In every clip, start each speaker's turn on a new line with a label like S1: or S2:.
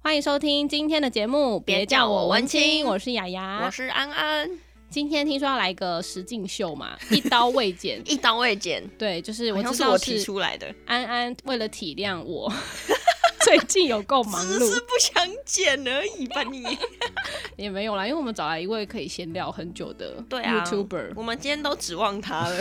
S1: 欢迎收听今天的节目，
S2: 别叫我文青
S1: 我是雅雅，
S2: 我是安安，。
S1: 今天听说要来个实境秀嘛， 一刀未剪
S2: 一刀未剪，
S1: 对，就是
S2: 好
S1: 我
S2: 像
S1: 知
S2: 是
S1: 道
S2: 我提
S1: 是
S2: 出来的，
S1: 安安为了体谅 我， 最近有够忙
S2: 只是
S1: 碌，
S2: 不想剪而已吧你。
S1: 也没有啦，因为我们找来一位可以闲聊很久的
S2: 对啊
S1: YouTuber。
S2: 我们今天都指望他 了。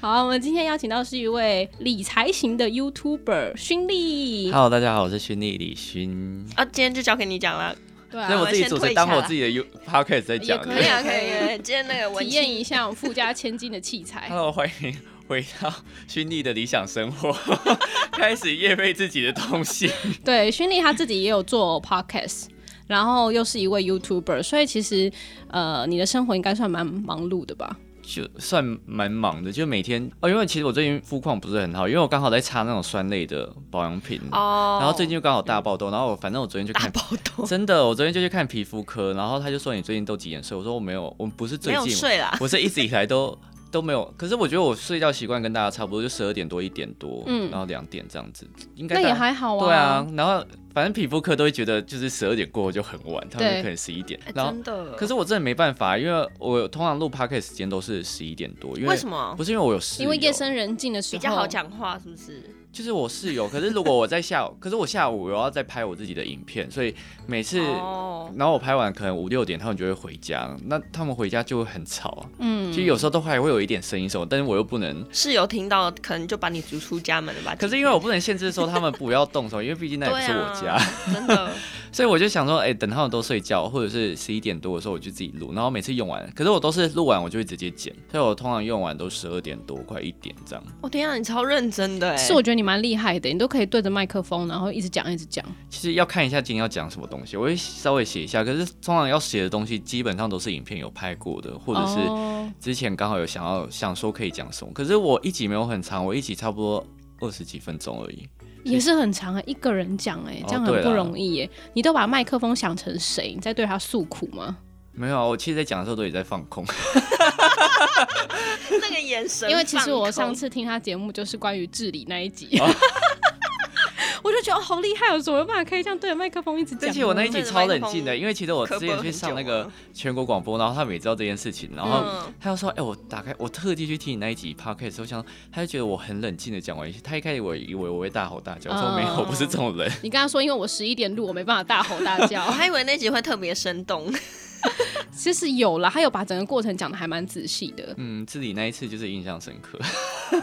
S1: 好，我们今天邀请到是一位理财型的 YouTuber 勋丽。
S3: Hello，大家好，我是勋丽李勋。
S2: 啊，今天就交给你讲了，
S1: 对
S3: 那我
S1: 啊，
S3: 自己
S2: 先
S3: 主
S2: 退
S3: 持，当
S2: 下
S3: 我
S2: 来
S3: 自己 的 U podcast 在
S1: 也
S3: 讲。
S1: 可以啊可以
S2: 可以。今天那个文
S1: 体验
S2: 青，
S1: 一下我们富家千金的器材。
S3: Hello，欢迎 回到勋丽的理想生活， 开始夜费自己的东西。
S1: 对，勋丽他自己也有做 podcast，然后又是一位 YouTuber，所以其实呃，你的生活应该算蛮忙碌的吧？
S3: 就算蛮忙的，就每天哦，因为其实我最近肤况不是很好，因为我刚好在擦那种酸类的保养品，
S2: 哦
S3: 然后最近就刚好大爆痘，然后我反正我昨天就
S2: 大
S3: 看。
S2: 爆痘，
S3: 真的，我昨天就去看皮肤科，然后他就说你最近都几点睡？我说我没有，我不是最
S2: 没有
S3: 近，
S2: 睡 啦。
S3: 我是一直以来都都没有，可是我觉得我睡觉习惯跟大家差不多，就十二点多一点多，
S1: 嗯
S3: 然后两点这样子，应该
S1: 那也
S3: 大家
S1: 还好啊。
S3: 对啊，然后反正皮肤科都会觉得就是十二点过后就很晚，他
S1: 对
S3: 们可能十一点
S2: 哎，
S3: 然后
S2: 真的，
S3: 可是我真的没办法，因为我通常录 podcast 时间都是十一点多，因
S2: 为什么
S3: 不是因为我有室友，
S1: 因为夜深人静的时候
S2: 比较好。讲话是不是？
S3: 就是我室友，可是如果我在 下午，可是我下午我要再拍我自己的影片，所以每次。
S2: 哦，
S3: 然后我拍完可能五六点，他们就会回家，那他们回家就会很吵啊。
S1: 嗯
S3: 其实有时候都还会有一点声音什么，但是我又不能，
S2: 室友听到可能就把你逐出家门了吧？
S3: 可是因为我不能限制说他们不要动手，因为毕竟那也不
S2: 对
S3: 是我家，
S2: 啊，真的，
S3: 所以我就想说，哎、等他们都睡觉，或者是十一点多的时候，我就自己录，然后每次用完，可是我都是录完我就会直接剪，所以我通常用完都十二点多，快一点这样。
S2: 我天啊，你超认 真的哎，
S1: 是我觉得你蛮厉害的，你都可以对着麦克风，然后一直讲一直讲。
S3: 其实要看一下今天要讲什么东西，我会稍微写一下，可是通常要写的东西基本上都是影片有拍过的，或者是
S1: 哦
S3: 之前刚好有想要想说可以讲什么，可是我一集没有很长，我一集差不多二十几分钟而已。
S1: 也是很长啊，一个人讲哎、
S3: 哦
S1: 这样很不容易耶、你都把麦克风想成谁？你在对他诉苦吗？
S3: 没有啊，我其实在讲的时候都也在放空。
S2: 那个眼神放空，
S1: 因为其实我上次听他节目就是关于治理那一集，
S3: 哦
S1: 我就觉得哦好厉害哦，怎么有办法可以这样对着麦克风一直讲
S3: 这
S1: 呢？
S3: 期我那一集超冷
S2: 对着麦
S3: 静
S2: 克
S3: 的，
S2: 风
S3: 因为其实我之前去上那
S2: 磕
S3: 个全国广播，然后他们也知道这件事情，然后
S2: 嗯
S3: 他就说：“哎、我打开我特地去听你那一集 podcast，我想他就觉得我很冷静的讲完一些，他一开始我以为我会大吼大叫，我说
S1: 嗯
S3: 没有，我不是这种人。
S1: 你刚刚说，因为我十一点录，我没办法大吼大叫
S2: 我。 还以为那集会特别生动，
S1: 其实有啦，他有把整个过程讲的还蛮仔细的。
S3: 嗯，自己那一次就是印象深刻。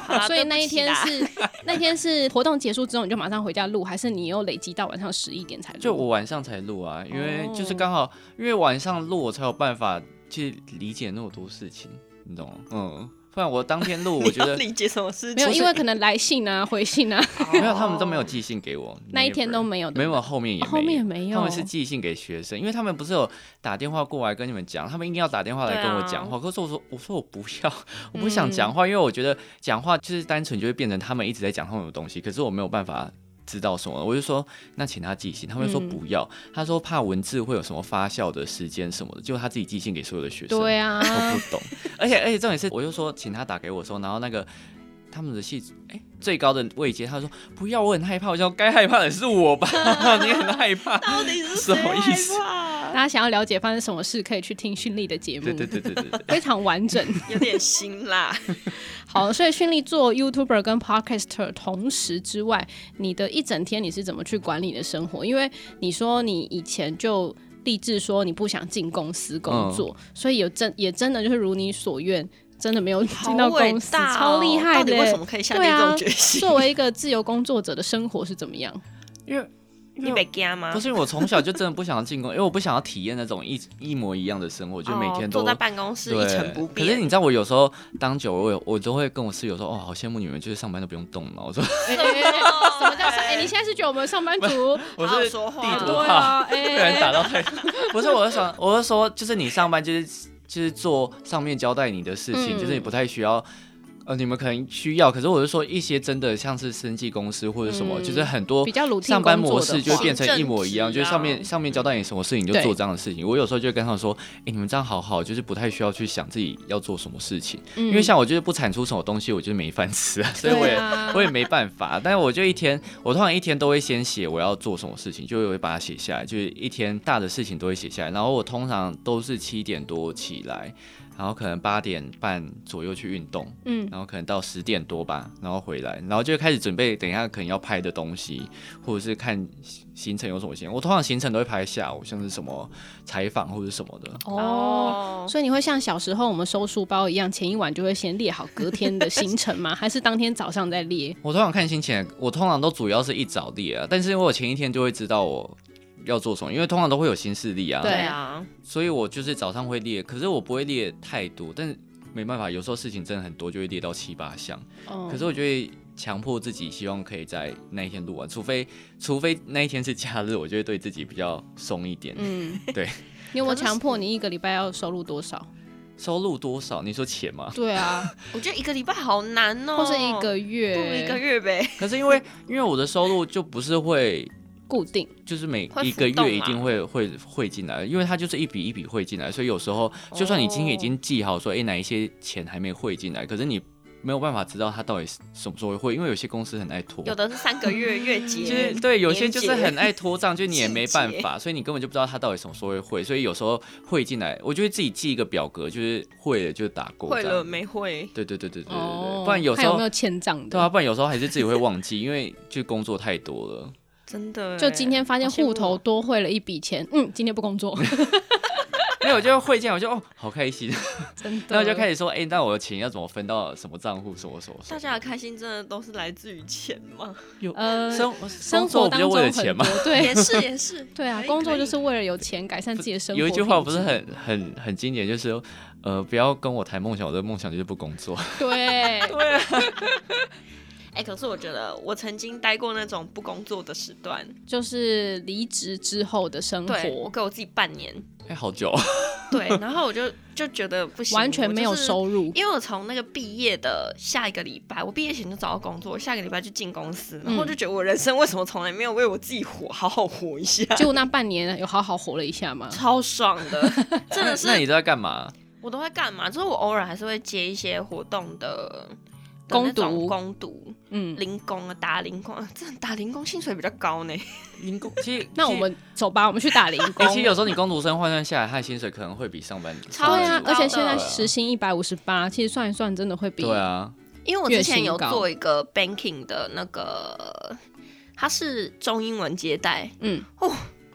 S2: 好
S3: 啊
S2: 啦
S1: 所以
S2: 对不
S1: 那一
S2: 起
S1: 天
S2: 啦
S1: 是那天是活动结束之后你就马上回家录，还是你又累积到晚上十一点才录？
S3: 就我晚上才录啊，因为
S1: 哦
S3: 就是刚好，因为晚上录我才有办法去理解那么多事情，你懂吗？嗯，不然我当天录， 我
S2: 你
S3: 觉
S2: 要
S3: 得
S2: 理解什么事
S1: 没
S2: 情，哦
S1: 有，因为可能来信啊、回信啊，
S3: 没有，他们都没有寄信给我，
S1: 那一天都
S3: never
S1: 没有的。
S3: 没有，啊后面也
S1: 哦后面也没有
S3: 他们是寄信给学生，因为他们不是有打电话过来跟你们讲，他们硬要打电话来跟我
S1: 啊
S3: 讲话，可是我说我说我不要， 我不
S1: 嗯
S3: 想讲话，因为我觉得讲话就是单纯就会变成他们一直在讲他们的东西，可是我没有办法。知道什么？我就说那请他寄信，他们说
S1: 嗯
S3: 不要，他说怕文字会有什么发酵的时间什么的，就他自己寄信给所有的学生。
S1: 对啊，
S3: 我不懂。而且而且重点是，我就说请他打给我的时候，然后那个他们的戏哎、最高的位阶，他说不要，我很害怕。我想该害怕的是我吧， 你很害怕。
S2: 到底 是
S3: 什么意思
S2: 谁害
S1: 大
S2: 怕？
S1: 家想要了解发生什么事，可以去听训力的节目，
S3: 对对对对对对。
S1: 非常完整。
S2: 有点辛辣，
S1: 好，所以训力做 YouTuber 跟 Podcaster 同时之外，你的一整天你是怎么去管理你的生活？因为你说你以前就立志说你不想进公司工作，
S3: 嗯
S1: 所以有真也真的就是如你所愿，真的没有 进到
S2: 好伟
S1: 公司，
S2: 大哦
S1: 超厉害
S2: 到底
S1: 的
S2: 为
S1: 耶
S2: 什。么可以下定
S1: 对
S2: 这
S1: 啊
S2: 种决，心？
S1: 作为一个自由工作者的生活是怎么 样？
S3: 因为
S2: 你被干吗？
S3: 不是因为我从小就真的不想要进攻，因为我不想要体验那种一一模一样的生活，就每天
S2: 哦
S3: 都、
S2: 坐在办公室
S3: 对
S2: 一成不变。
S3: 可是你知道，我有时候当久了，我有我都会跟我室友说：“哦，好羡慕你们，就是上班都不用动脑。”我说
S1: 哎
S2: 么
S1: 哎哎哎什么叫？哎、你现在是觉得我们上班族：“
S3: 我
S2: 好好
S3: 是
S2: 说话
S3: 地
S2: 啊
S3: 图
S1: 对
S3: 炮。
S1: 啊，哎、
S3: 被人打到 太，不是，我是想，我是说，就是你上班就是就是做上面交代你的事情，
S1: 嗯
S3: 就是你不太需要。呃，你们可能需要，可是我是说一些真的像是生计公司或者什么，
S1: 嗯
S3: 就是很多
S1: 比较 routine
S3: 上班
S1: 工作
S3: 模
S1: 的
S3: 式就
S1: 话
S3: 会变成一模一样，
S2: 行
S3: 就
S2: 政职
S3: 是
S2: 啊
S3: 上面上面交代你什么事情你就
S1: 对
S3: 做这样的事情。我有时候就会跟他们说，哎、你们这样好好，就是不太需要去想自己要做什么事情，因为像我就是不产出什么东西，我就是没饭吃啊，所以我
S1: 嗯对
S3: 也、
S1: 啊
S3: 我也没办法。但是我就一天，我通常一天都会先写我要做什么事情，就会把它写下来，就是一天大的事情都会写下来。然后我通常都是七点多起来，然后可能八点半左右去运动，
S1: 嗯
S3: 然后可能到十点多吧，然后回来，然后就开始准备等一下可能要拍的东西，或者是看行程有什么行程。我通常行程都会拍下午，像是什么采访或者什么的。
S1: 哦。，所以你会像小时候我们收书包一样，前一晚就会先列好隔天的行程 吗？还是当天早上再列？
S3: 我通常看心情，我通常都主要是一早列啊，但是因为我前一天就会知道我要做什么，因为通常都会有新事例啊，
S1: 对
S2: 对啊，
S3: 所以我就是早上会列，可是我不会列太多，但是没办法，有时候事情真的很多，就会列到七八项。
S1: 哦
S3: 可是我就会强迫自己，希望可以在那一天录完，除非除非那一天是假日，我就会对自己比较松一点。
S1: 嗯，
S3: 对。
S1: 你有没有强迫你一个礼拜要收入多少？
S3: 收入多少？你说钱吗？
S1: 对啊，
S2: 我觉得一个礼拜好难哦，
S1: 或是一个
S2: 不
S1: 月，
S2: 如一个月呗，
S3: 可是因为因为我的收入就不是会
S1: 固定。
S3: 就是每
S2: 会浮
S3: 一个
S2: 动
S3: 月一
S2: 啦
S3: 定会会汇进来，因为它就是一笔一笔汇进来，所以有时
S2: 哦
S3: 候就算你今天已经记好说，哎、哪一些钱还没汇进来，可是你没有办法知道它到底是什么时候会汇，因为有些公司很爱拖。
S2: 有的是三个月月
S3: 就是
S2: 结，
S3: 对，有些
S2: 年
S3: 就是
S2: 节
S3: 很爱拖账，就你也
S2: 季
S3: 没办
S2: 节
S3: 法，所以你根本就不知道它到底什么时候会汇，所以有时候汇进来，我就会自己记一个表格，就是汇了就打勾。
S2: 会了？没会？
S3: 对对对对对对对，
S1: 哦，
S3: 不然有时
S1: 看有
S3: 候
S1: 没有欠账
S3: 对
S1: 的？
S3: 啊，不然有时候还是自己会忘记，因为就工作太多了。
S2: 真的欸，
S1: 就今天发现
S2: 好羡慕
S1: 户头多汇了一笔钱，嗯，今天不工作，
S3: 没有，我就汇进来，我就哦，好开心。
S1: 真的。
S3: 然后就开始说，哎、 那我的钱要怎么分到什么账户，什么什么什
S2: 大
S3: 么？
S2: 家的开心真的都是来自于钱吗？
S1: 呃，
S3: 生
S1: 生
S3: 生
S1: 活
S3: 活
S1: 当
S3: 不
S1: 中
S3: 就为了
S1: 很
S3: 钱吗？
S1: 多 对
S2: 也是也是，
S1: 对啊
S2: 可，以
S1: 工作
S2: 可以
S1: 就是为了有钱改善自己的生活。
S3: 有一句话不是很很很经典，就是呃，不要跟我谈梦想，我的梦想就是不工作。
S1: 对，
S2: 哎、可是我觉得我曾经待过那种不工作的时段，
S1: 就是离职之后的生
S2: 对
S1: 嗯
S2: 我
S1: 活
S2: 给我自己半年，
S3: 哎、好久、
S2: 对，然后我就就觉得不行，
S1: 完全没有
S2: 我就是
S1: 收入，
S2: 因为我从那个毕业的下一个礼拜，我毕业前就找到工作，下个礼拜就进公司，然
S1: 嗯
S2: 后我就觉得我人生为什么从来没有为我自己活好好活一下，
S1: 结果那半年有好好活了一下吗？
S2: 超爽 的，真的
S3: 那
S2: 是
S3: 你都在干嘛？
S2: 我都会干嘛？就是我偶尔还是会接一些活动的。的
S1: 工
S2: 那种
S1: 读
S2: 工读、
S1: 嗯，
S2: 零工啊，打零工啊，这打零工薪水比较高呢。
S3: 零工？其实
S1: 那我们走吧，我们去打零
S3: 尤
S1: 工。
S3: 哎 其实有时候你工读生换算下来，他的薪水可能会比上班
S2: 超
S1: 对
S2: 级
S1: 啊
S2: 高，的
S1: 而且现在时薪一百五十八，其实算一算真的会比
S3: 对啊，
S2: 因为我
S1: 月
S2: 之
S1: 薪
S2: 前有
S1: 高
S2: 做一个 banking 的那个，它是中英文接待，
S1: 嗯，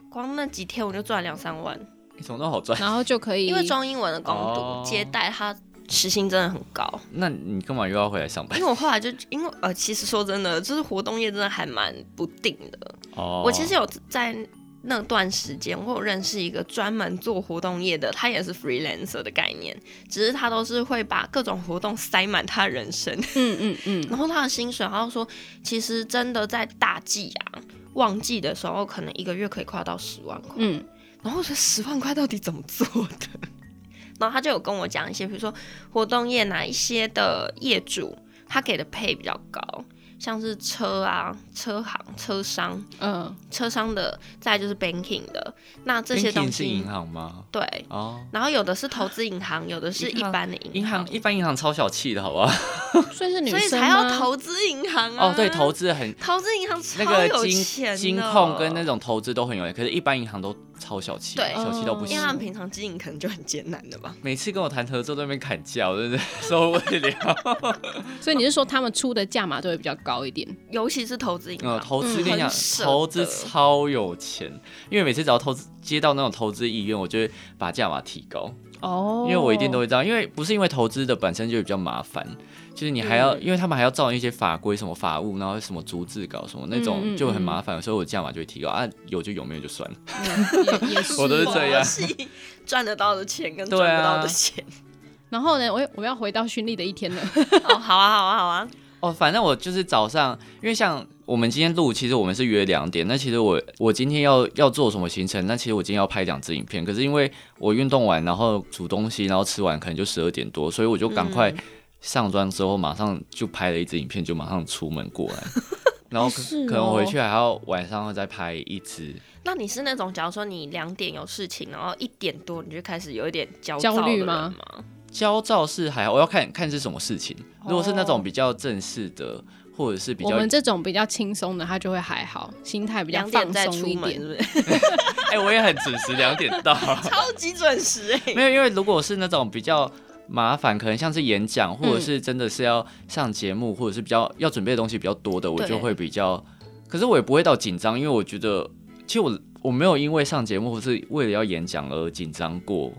S2: 光那几天我就赚两三万，
S3: 你什么都好赚。
S1: 然后就可以
S2: 因为中英文的攻读、
S3: 哦
S2: 接待它时薪真的很高。
S3: 那你干嘛又要回来上班
S2: 因？为我后来就因为呃，其实说真的，就是活动业真的还蛮不定的。
S3: 哦，
S2: 我其实有在那段时间，我有认识一个专门做活动业的，他也是 freelancer 的概念，只是他都是会把各种活动塞满他人生。
S1: 嗯嗯嗯，
S2: 然后他的薪水，他就说，其实真的在大季啊、旺季的时候，可能一个月可以跨到十万块。
S1: 嗯，
S2: 然后我说十万块到底怎么做的？ 然后他就有跟我讲一些，比如说活动业哪一些的业主，他给的配比较高，像是车啊、车行、车商、
S1: 呃，
S2: 车商的，再来就是 banking 的，那这些
S3: Banking
S2: 东
S3: 是
S2: 西
S3: 银行吗？
S2: 对。
S3: 哦，
S2: 然后有的是投资银行，有的是一般的银
S3: 银
S2: 行，
S3: 行一般银行超小气的好不好？
S1: 所以是女
S2: 所以
S1: 生
S2: 才要
S1: 吗
S2: 投资银行
S1: 嗯
S2: 啊。
S3: 哦，对，投资很
S2: 投资银行
S3: 那
S2: 超
S3: 个
S2: 有
S3: 金
S2: 钱的，
S3: 金控跟那种投资都很有钱，可是一般银行都超小气，
S2: 对
S3: 小气到不
S2: 因
S3: 行
S2: 为。他们平常经营可能就很艰难的吧。
S3: 每次跟我谈合作都在那边砍价，我真的 是受不 了。
S1: 所以你是说他们出的价码都会比较高一点？
S2: 尤其是投资银行，
S3: 嗯，投资跟你
S2: 很，
S3: 讲
S2: 舍得
S3: 投资超有钱，因为每次只要投资接到那种投资意愿，我就会把价码提高，
S1: 哦，
S3: 因为我一定都会这样，因为不是因为投资的本身就比较麻烦，就是你还要，
S2: 嗯
S3: 因为他们还要照一些法规、什么法务，然后什么逐字稿什么那
S1: 嗯嗯
S3: 种就很麻烦，所以我价码就会提高啊，有就有，没有就算了。
S1: 嗯也也是
S3: 我都是
S1: 啦
S3: 这样
S2: 是赚得到的钱跟
S3: 对
S2: 赚
S3: 啊
S2: 不到的钱。
S1: 然后呢，我我要回到训练的一天了。
S2: 哦，好啊，好啊，好啊，
S3: 哦，反正我就是早上，因为像我们今天录，其实我们是约两点。那其实我我今天要要做什么行程？那其实我今天要拍两支影
S1: 嗯
S3: 片，可是因为我运动完，然后煮东西，然后吃完可能就十二点多，所以我就赶快上妆之后马上就拍了一支影片，就马上出门过来， 然后可
S1: 是
S3: 可能
S1: 哦
S3: 回去还要晚上会再拍一支。
S2: 那你是那种，假如说你两点有事情，然后一点多你就开始有一点焦
S1: 焦
S2: 躁的
S1: 虑
S2: 人
S1: 吗
S2: 吗？
S3: 焦躁是还好，我要看看是什么事情。如果是那种比较正式的，或者是比
S1: 哦我
S3: 较
S1: 们这种比较轻松的，他就会还好，心态比较
S2: 两
S1: 放
S2: 点再
S1: 松
S2: 出
S1: 一
S2: 门，
S1: 点
S2: 是。不是？
S3: 哎、我也很准时，两点到。
S2: 超级准时哎、
S3: 没有，因为如果是那种比较麻烦，可能像是演讲，或者是真的是要上节目，或者是比较要准备的东西比较多的，我
S2: 对
S3: 就会比较。可是我也不会到紧张，因为我觉得，其实我我没有因为上节目或是为了要演讲而紧张过。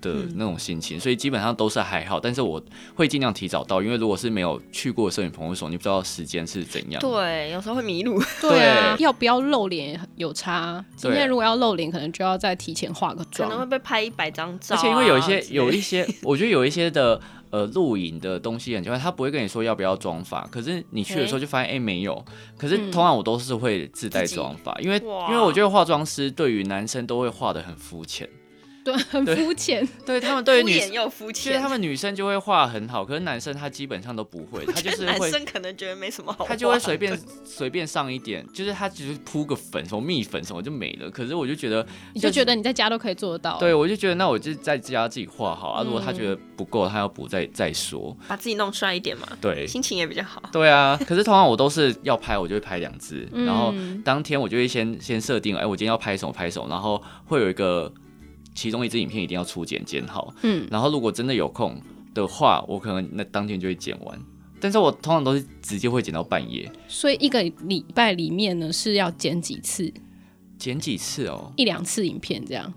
S3: 的那种心情，所以基本上都是还好，但是我会尽量提早到，因为如果是没有去过摄影棚会所，你不知道时间是怎样。
S2: 对，有时候会迷路。
S1: 对啊，要不要露脸也很有差。啊今
S3: 对
S1: 天如果要露脸，可能就要再提前化个
S2: 可能会
S1: 妆。
S2: 被拍一百张照、
S3: 而
S2: 啊，
S3: 且因为有一
S2: 之
S3: 些
S2: 类的
S3: 有一些，我觉得有一些的呃录影的东西很奇怪，他不会跟你说要不要装法，可是你去的时候就发现哎、诶没有。可是
S1: 嗯
S3: 通常我都是会自带
S2: 自己
S3: 装法，因为
S2: 哇
S3: 因为我觉得化妆师对于男生都会化的很肤浅，
S1: 对，很
S3: 对
S1: 肤 浅。
S3: 对他们对于
S2: 敷
S3: 女
S2: 衍
S3: 生。
S2: 又肤
S3: 其实
S2: 浅，
S3: 他们女生就会画很好，可是男生他基本上都不会，他就是
S2: 男
S3: 会
S2: 生可能觉得没什么好，
S3: 他就会随便随便上一点，就是他只是铺个粉什么蜜粉什么就没了。可是我就觉得
S1: 你就觉得你在家都可以做得到。
S3: 对，我就觉得那我就在家自己画好啊。如果他
S1: 嗯
S3: 觉得不够，他要补再再说。
S2: 把自己弄帅一点嘛，
S3: 对，
S2: 心情也比较好。
S3: 对啊。可是通常我都是要拍，我就会拍两支，
S1: 嗯，
S3: 然后当天我就会先先设定，哎、我今天要拍什么拍什么，然后会有一个其中一支影片一定要出剪剪好，
S1: 嗯，
S3: 然后如果真的有空的话，我可能那当天就会剪完。但是我通常都是直接会剪到半夜，
S1: 所以一个礼拜里面呢是要剪几次，
S3: 剪几次哦，
S1: 一两次影片这样。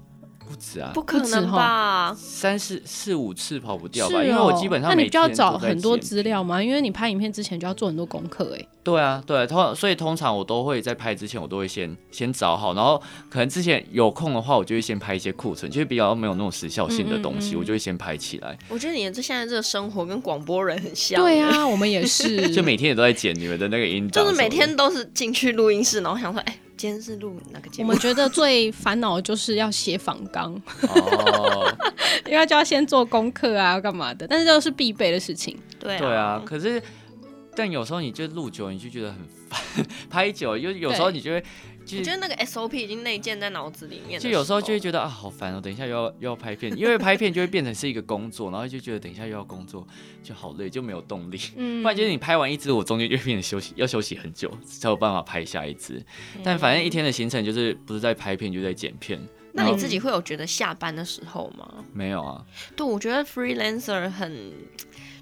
S3: 不止啊，
S2: 不可
S1: 不止
S2: 能
S1: 吼
S2: 吧？
S3: 三四四五次跑不掉
S1: 是
S3: 吧？因为我基
S1: 哦
S3: 本上
S1: 那
S3: 每
S1: 你就要
S3: 天
S1: 找
S3: 都在
S1: 很多
S3: 剪
S1: 资料吗？因为你拍影片之前就要做很多功课，哎，
S3: 对啊，对，通所以通常我都会在拍之前，我都会先先找好，然后可能之前有空的话，我就会先拍一些库存，就是比较没有那种时效性的东
S1: 嗯
S3: 西，
S1: 嗯嗯
S3: 我就会先拍起来。
S2: 我觉得你的这现在这个生活跟广播人很像，
S1: 对，啊，我们也是，
S3: 就每天也都在剪你们的那个哦音档
S2: 就
S3: 什
S2: 是
S3: 么的，
S2: 每天都是进去录音室，然后想说，哎、今天是录哪个节
S1: 我
S2: 目
S1: 们？觉得最烦恼的就是要写访纲，
S3: 哦，
S1: 因为就要先做功课啊，干嘛的，但是这是必备的事情。
S2: 对啊，
S3: 对啊，可是但有时候你就录久，你就觉得很烦， 拍久了，就有时候你就会就
S2: 我觉得
S3: 是。
S2: 那个 SOP 已经内建在脑子里面，
S3: 就有时候就会。觉得啊，好烦哦！等一下又要又要拍片，因为拍片就会变成是一个工作，然后就觉得等一下又要工作，就好累，就没有动力。
S1: 嗯
S3: 不然就是你拍完一支，我中间就变成休息，要休息很久才有办法拍下一支。但反正一天的行程就是不是在拍片就在剪片，
S2: 那
S3: 嗯
S2: 你自己会有觉得下班的时候吗？
S3: 没有啊。
S2: 对，我觉得 freelancer 很，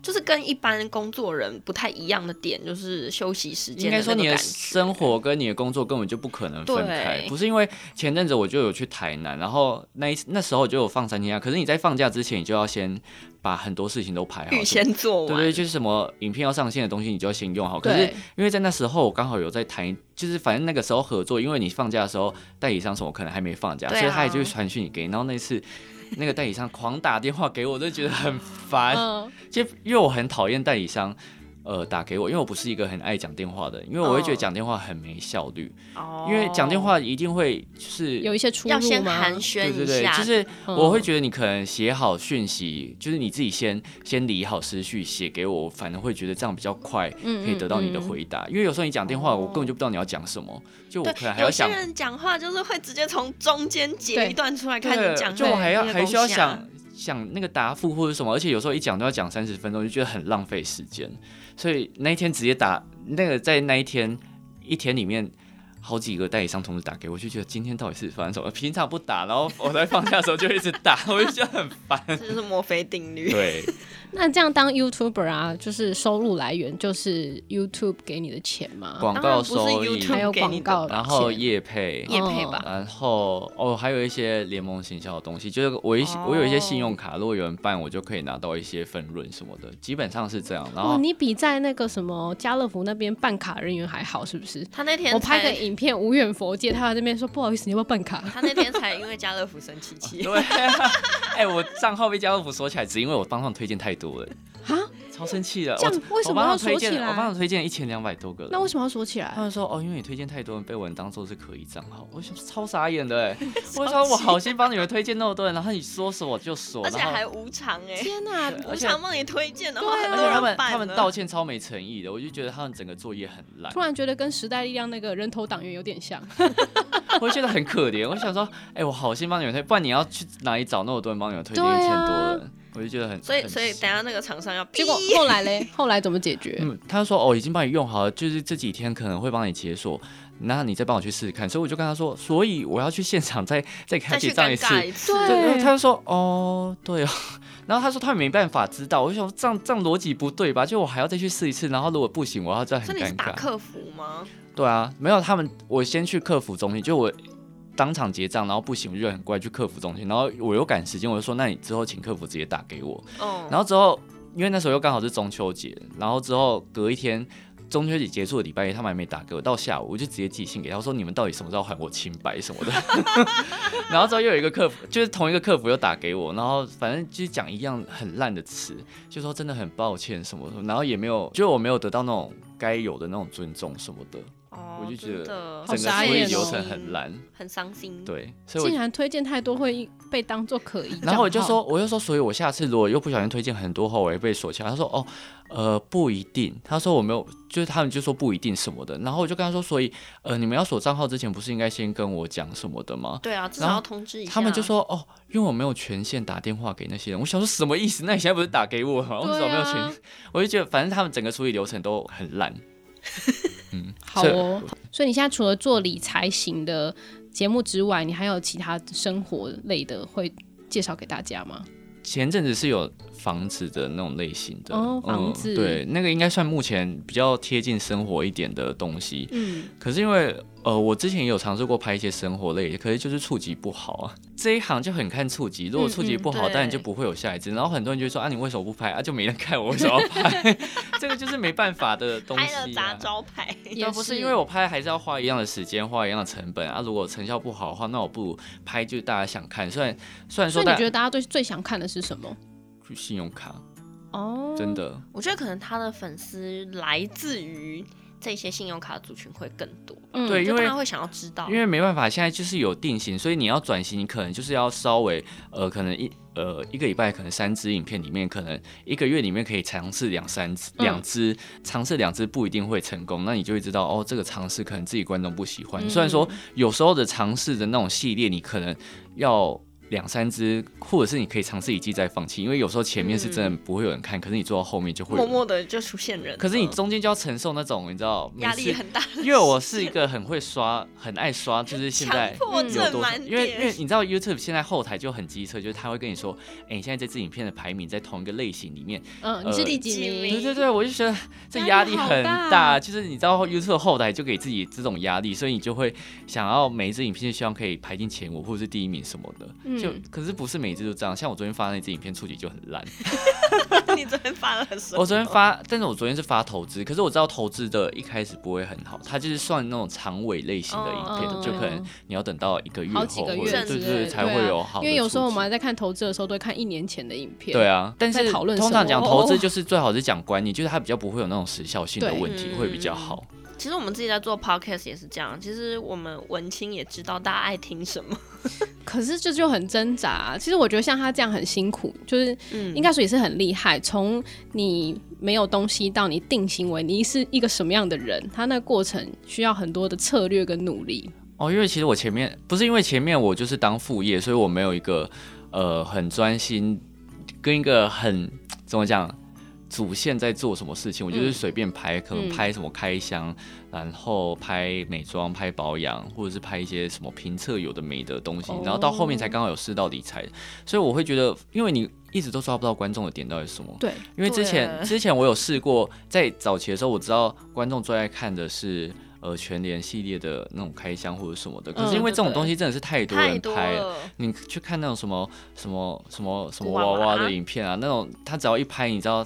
S2: 就是跟一般工作人不太一样的点，就是休息时间
S3: 应该说
S2: 的那
S3: 你
S2: 个
S3: 的
S2: 感觉
S3: 生活跟你的工作根本就不可能分开。
S2: 对
S3: 不是因为前阵子我就有去台南，然后那一那时候就有放三天假，可是你在放假之前，你就要先把很多事情都排好。
S2: 预先做
S3: 对对
S2: 完，
S3: 对，就是什么影片要上线的东西，你就要先用哦好。可是
S1: 对，
S3: 因为在那时候我刚好有在谈，就是反正那个时候合作，因为你放假的时候代理商什么可能还没放假，
S2: 对啊
S3: 所以他也就传讯你给你。然后那次 那个代理商狂打电话给我，我就觉得很烦。
S1: 嗯，
S3: 就因为我很讨厌代理商。呃，打给我，因为我不是一个很爱讲电话的人，因为我会觉得
S2: 哦
S3: 讲电话很没效率，
S2: 哦
S3: 因为讲电话一定会就是
S1: 有一些出
S2: 要
S1: 入
S2: 先
S1: 吗
S2: 寒？暄
S3: 对对
S2: 一
S3: 对，
S2: 下，
S3: 就是
S1: 嗯
S3: 我会觉得你可能写好讯息，就是你自己先先理好思绪写给我，反正会觉得这样比较快，
S1: 嗯
S3: 可以得到你的。
S1: 嗯嗯
S3: 回答。因为有时候你讲电话，
S2: 哦
S3: 我根本就不知道你要讲什么，就我可
S2: 对，
S3: 能还要
S2: 有些
S3: 想，
S2: 人讲话就是会直接从中间截
S1: 对
S2: 一段出来看
S3: 对
S2: 你讲，
S3: 就我还要
S2: 对
S3: 还需要
S2: 啊
S3: 想。想那个答复或者什么，而且有时候一讲都要讲三十分钟，就觉得很浪费时间。所以那一天直接打那个在那一天一天里面。好几个代理商同时打给我，就觉得今天到底是发生什么？平常不打，然后我在放假的时候就一直打， 我就觉得很烦。
S2: 这就是墨菲定律。
S3: 对，
S1: 那这样当 YouTuber 啊，就是收入来源就是 YouTube 给你的钱吗？
S3: 广
S2: 嗯当
S3: 告
S2: 然不是
S3: 收益，
S2: YouTube
S1: 还有广告的钱，
S3: 然后业配，
S2: 业配吧
S3: 然后哦，还有一些联盟行销的东西，就是我一些、我有一些信
S2: 哦
S3: 用卡，如果有人办，我就可以拿到一些分润什么的，基本上是这样。然
S1: 哦，
S3: 后
S1: 你比在那个什么家乐福那边办卡人员还好，是不是？
S2: 他那天
S1: 我拍个
S2: 才
S1: 影片，无远佛界，他在那边说不好意思，你要不要办卡？
S2: 他那天才因为家乐福生气
S3: 哦
S2: 气，
S3: 对啊，哎、我账号被家乐福锁起来，只因为我帮他们推荐太多了。
S1: 啊，
S3: 超生气的。
S1: 这样
S3: 我
S1: 为什么
S3: 我帮
S1: 要
S3: 他推
S1: 锁起
S3: 荐了？我
S1: 来
S3: 帮他推荐一千两百多个 人。
S1: 那为什么要锁起来
S3: 他？们说哦，因为你推荐太多人被我们当做是可疑账号，我想超傻眼 的哎！我想我好心帮你们推荐那么多人，然后你说锁就锁，
S2: 而且
S3: 然后
S2: 还无偿哎、
S1: 天哪、
S3: 对
S2: 无
S3: 而且
S2: 偿帮你推荐的话，
S1: 对啊
S2: 很
S3: 而
S2: 多
S3: 且他
S2: 人
S3: 们
S2: 办
S3: 他们
S2: 了
S3: 道歉超没诚意的，我就觉得他们整个作业很烂
S1: 突，然觉得跟时代力量那个人头党员有点 像。
S3: 我就觉得很可怜。我想说，哎、 我好心帮你们推，不然你要去哪里找那么多人帮你们推荐
S1: 对啊
S3: 一千多人？我就觉得很，
S2: 所以
S3: 很
S2: 所以
S3: 气
S2: 等一下那个厂商要逼
S1: 结果后来嘞，后来怎么解决？
S3: 嗯，他说哦，已经帮你用好了，就是这几天可能会帮你解锁，那你再帮我去试试看。所以我就跟他说，所以我要去现场再 再给他
S2: 再
S3: 结
S2: 去
S3: 账
S2: 尴
S3: 一次。
S2: 尬一次，
S1: 对
S3: 对，然后他就说哦，对哦。 然后他说他也没办法知道，我就想说这样这样逻辑不对吧？就我还要再去试一次，然后如果不行，我要再
S2: 所
S3: 很
S2: 以你是
S3: 尴
S2: 打
S3: 尬。
S2: 客服吗？
S3: 对啊，没有他们，我先去客服中心，就我当场结账，然后不行我就很乖去客服中心，然后我又赶时间，我就说那你之后请客服直接打给我。
S2: 哦，
S3: 然后之后，因为那时候又刚好是中秋节，然后之后隔一天，中秋节结束的礼拜一，他们还没打给我，到下午我就直接寄信给他我说：“你们到底什么时候还我清白什么的？” 然后之后又有一个客服，就是同一个客服又打给我，然后反正就是讲一样很烂的词，就说真的很抱歉什么什么，然后也没有，就是我没有得到那种该有的那种尊重什么的，
S2: 哦
S3: 我就觉
S2: 真的
S3: 得
S1: 好
S3: 整个
S1: 傻
S3: 处理
S1: 眼哦
S3: 流程很，烂，
S2: 很伤心。
S3: 对，所以我
S1: 竟然推荐太多会被当做可疑。
S3: 然后我就，说，我就说，所以我下次如果又不小心推荐很多后，我会被锁起来。他说，哦，呃，不一定。他说我没有，就是他们就说不一定什么的。然后我就跟他说，所以，呃，你们要锁账号之前，不是应该先跟我讲什么的吗？
S2: 对啊，至少
S3: 然后
S2: 要通知一下。
S3: 他们就说，哦，因为我没有权限打电话给那些人。我想说什么意思？那你现在不是打给我吗？我为什么没有权？
S1: 对啊
S3: 我就觉得，反正他们整个处理流程都很烂。嗯，
S1: 好
S3: 所以
S1: 哦，所以你现在除了做理财型的节目之外，你还有其他生活类的会介绍给大家吗？
S3: 前阵子是有房子的那种类型的
S1: 哦房子
S3: 嗯，对，那个应该算目前比较贴近生活一点的东西。
S1: 嗯，
S3: 可是因为呃，我之前也有尝试过拍一些生活类，可是就是触及不好啊。 这一行就很看触及，如果触及不好，
S2: 嗯嗯
S3: 当然
S2: 对
S3: 就不会有下一支。然后很多人就会说啊，你为什么不拍啊？就没人看，我为什么要拍？ 这个就是没办法的东
S2: 拍了
S3: 西、
S2: 砸
S3: 啊。
S2: 招牌，
S1: 也
S3: 但不是因为我拍还是要花一样的时间，花一样的成本啊。如果成效不好的话，那我不如拍就大家想看。虽然虽然
S1: 所
S3: 说
S1: 以你
S3: 大
S1: 觉
S3: 家
S1: 得大家最最想看的是什么？
S3: 信用卡
S1: 哦，
S3: 真的，
S2: 我觉得可能他的粉丝来自于这些信用卡族群会更多，
S1: 嗯
S3: 对因
S2: 就
S3: 为
S2: 大家会想要知道
S3: 因。为没办法，现在就是有定型，所以你要转型，你可能就是要稍微呃，可能一呃一个礼拜可能三支影片里面，可能一个月里面可以尝试两三支，
S1: 嗯
S3: 两支尝试两支不一定会成功，那你就会知道哦，这个尝试可能自己观众不喜欢。
S1: 嗯
S3: 虽然说有时候的尝试的那种系列，你可能要。两三支，或者是你可以尝试一季再放弃，因为有时候前面是真的不会有人看，可是你做到后面就会有
S2: 嗯默
S3: 人。
S2: 默的就出现人了，
S3: 可是你中间就要承受那种，你知道每
S2: 压
S3: 次
S2: 力很大，
S3: 因为我是一个很会刷、很爱刷，就是现在
S2: 强迫
S3: 有
S2: 症
S3: 多
S2: 满，点，
S3: 因为因为你知道 YouTube 现在后台就很机车，就是他会跟你说，哎、你现在这支影片的排名在同一个类型里面，
S1: 嗯，你是第几
S2: 呃
S1: 名？
S3: 对对对，我就觉得这
S1: 压
S3: 压
S1: 力
S3: 力
S1: 好
S3: 很
S1: 大
S3: 就是你知道 YouTube 后台就给自己这种压力，所以你就会想要每一支影片希望可以排进前五或者是第一名什么的，就
S1: 嗯
S3: 可是不是每一支都这样，像我昨天发的那支影片触及就很烂，
S2: 你昨天发了什么？
S3: 我昨天发，但是我昨天是发投资，可是我知道投资的一开始不会很好，它就是算那种长尾类型的影片，
S2: 哦
S3: 就可能你要等到一个月后，
S1: 好几个
S3: 或
S1: 月
S3: 者
S2: 之
S3: 对
S2: 类
S3: 对对
S1: 的
S3: 才
S1: 对啊
S3: 会有好的
S1: 因为有时候我
S3: 触及
S1: 们还在看投资的时候，都会看一年前的影片。
S3: 对啊，但
S1: 在
S3: 是
S1: 讨论
S3: 通
S1: 什么哦
S3: 常讲投资就是最好是讲观念，就是它比较不会有那种时效性的
S1: 对
S3: 问题，
S2: 嗯
S3: 会比较好。
S2: 其实我们自己在做 podcast 也是这样，其实我们文青也知道大家爱听什 么，
S1: 可是这就很挣扎、啊其实我觉得像他这样很辛苦，就是
S2: 嗯
S1: 应该说也是很厉害。从你没有东西到你定型为你是一个什么样的人，他那个过程需要很多的策略跟努力。
S3: 哦，因为其实我前面不是因为前面我就是当副业，所以我没有一个呃很专心跟一个很怎么讲主线在做什么事情，我就是随便拍，可
S1: 嗯
S3: 能拍什么开箱，然后拍美妆、拍保养，或者是拍一些什么评测有的没的东西，然后到后面才刚好有试到理财，所以我会觉得，因为你一直都抓不到观众的点到底是什么，
S1: 对，
S3: 因为之前
S2: 对
S3: 之前我有试过，在早期的时候，我知道观众最爱看的是呃全联系列的那种开箱或者什么的，可
S1: 嗯
S3: 是因为
S2: 对
S3: 这种
S2: 对
S3: 东西真的是太多
S2: 太
S3: 人
S2: 多
S3: 拍了。
S2: 了，
S3: 你去看那种什么什么什么什么
S2: 古娃
S3: 娃
S2: 娃
S3: 娃的影片啊，那种他只要一拍，你知道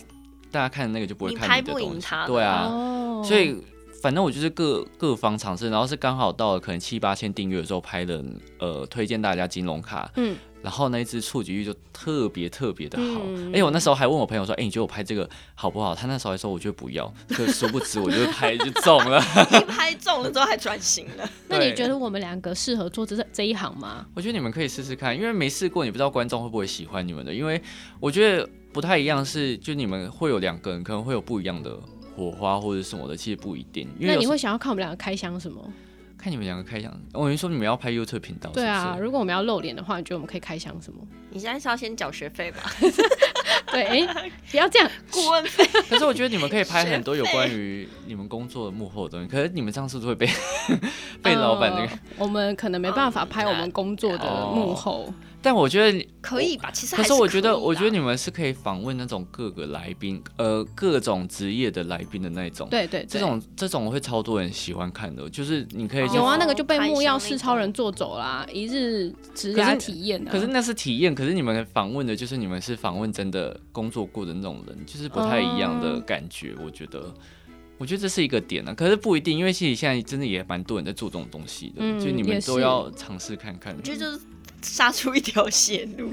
S3: 大家看的那个就不会
S2: 你
S3: 看
S2: 拍
S3: 的
S2: 不赢
S3: 东西
S2: 他，的
S3: 对啊，
S1: 哦
S3: 所以反正我就是各各方尝试，然后是刚好到了可能七八千订阅的时候拍的，呃，推荐大家金融卡，
S1: 嗯，
S3: 然后那一支触及率就特别特别的好，
S1: 嗯
S3: 而且我那时候还问我朋友说：“哎、你觉得我拍这个好不好？”他那时候还说：“我觉得不要。”可殊不知我就拍就中了。
S2: 一拍中了之后还转型了，
S1: 那你
S3: 对
S1: 觉得我们两个适合做这这一行吗？
S3: 我觉得你们可以试试看，因为没试过，你不知道观众会不会喜欢你们的。因为我觉得不太一样是，就你们会有两个人可能会有不一样的火花或者什么的，其实不一定。因为
S1: 那
S3: 有
S1: 你
S3: 时候
S1: 会想要看我们两个开箱什么？
S3: 看你们两个开讲，我跟你说你们要拍 YouTube 频道，
S1: 对啊，
S3: 是不是
S1: 如果我们要露脸的话，你觉得我们可以开箱 什么？
S2: 你现在是要先缴学费 吧？
S1: 对，哎、不要这样，
S2: 顾问费
S3: 可是我觉得你们可以拍很多有关于你们工作的幕后的东西。可是你们这样是不是会被被老板这个？哦
S1: 呃我们可能没办法拍我们工作的幕后。
S3: 但我觉得你
S2: 可以吧？其实
S3: 可
S2: 还
S3: 是
S2: 可
S3: 我觉
S2: 以
S3: 得，
S2: 啦
S3: 我觉得你们是可以访问那种各个来宾，呃，各种职业的来宾的那一种。，
S1: 对对对，
S3: 这种这种会超多人喜欢看的，就是你可以去
S1: 有
S2: 哦
S1: 啊，那个就被木曜
S2: 开箱那
S1: 四
S2: 个
S1: 超人做走啦，一日职
S3: 可
S1: 涯
S3: 是
S1: 体验啊。
S3: 可是那是体验，可是你们访问的就是你们是访问真的工作过的那种人，就是不太一样的
S1: 哦
S3: 感觉。我觉得，我觉得这是一个点呢、啊。可是不一定，因为其实现在真的也蛮多人在做这种东西的，
S1: 嗯
S3: 就你
S1: 也
S3: 们
S1: 是
S3: 都要尝试看看
S2: 我。觉得就是杀出一条血路，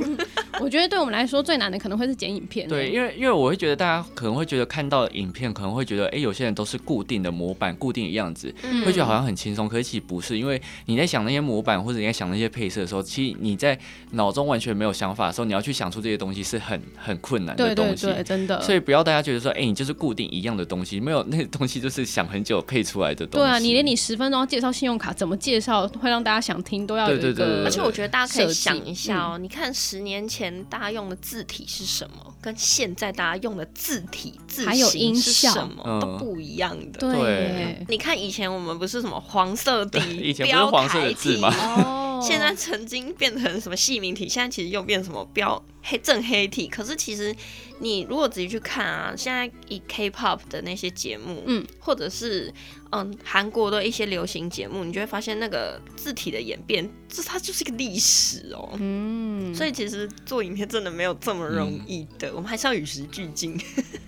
S1: 我觉得对我们来说最难的可能会是剪影片。
S3: 对，，因为因为我会觉得大家可能会觉得看到影片，可能会觉得，哎、有些人都是固定的模板、固定的样子，
S2: 嗯
S3: 会觉得好像很轻松。可是其实不是，因为你在想那些模板或者你在想那些配色的时候，其实你在脑中完全没有想法的时候，你要去想出这些东西是很很困难的
S1: 对
S3: 东
S1: 对
S3: 西。
S1: 对，真的。
S3: 所以不要大家觉得说，哎、你就是固定一样的东西，没有那个东西就是想很久配出来的东
S1: 对
S3: 西。
S1: 啊，你连你十分钟要介绍信用卡怎么介绍，会让大家想听，都要有一
S3: 对对对
S1: 个。
S3: 对
S2: 而且我觉得大家可
S1: 设
S2: 以
S1: 计
S2: 想一下哦，你看十年前大家用的字体是什么，跟现在大家用的字体字
S1: 还有
S2: 形是
S1: 音效
S2: 什么、
S3: 嗯
S2: 都不一样的。
S1: 对
S3: 对
S1: 耶
S2: 你看以前我们不是什么黄色底，
S3: 以前不是黄色的字吗
S2: 标楷体
S1: 哦，
S2: 现在曾经变成什么细明体，现在其实又变什么标黑正黑体。可是其实你如果仔细去看啊，现在以 K-pop 的那些节目，
S1: 嗯，
S2: 或者是嗯韩国的一些流行节目，你就会发现那个字体的演变，这它就是一个历史哦。
S1: 嗯，
S2: 所以其实做影片真的没有这么容易的，我们还是要与时俱进。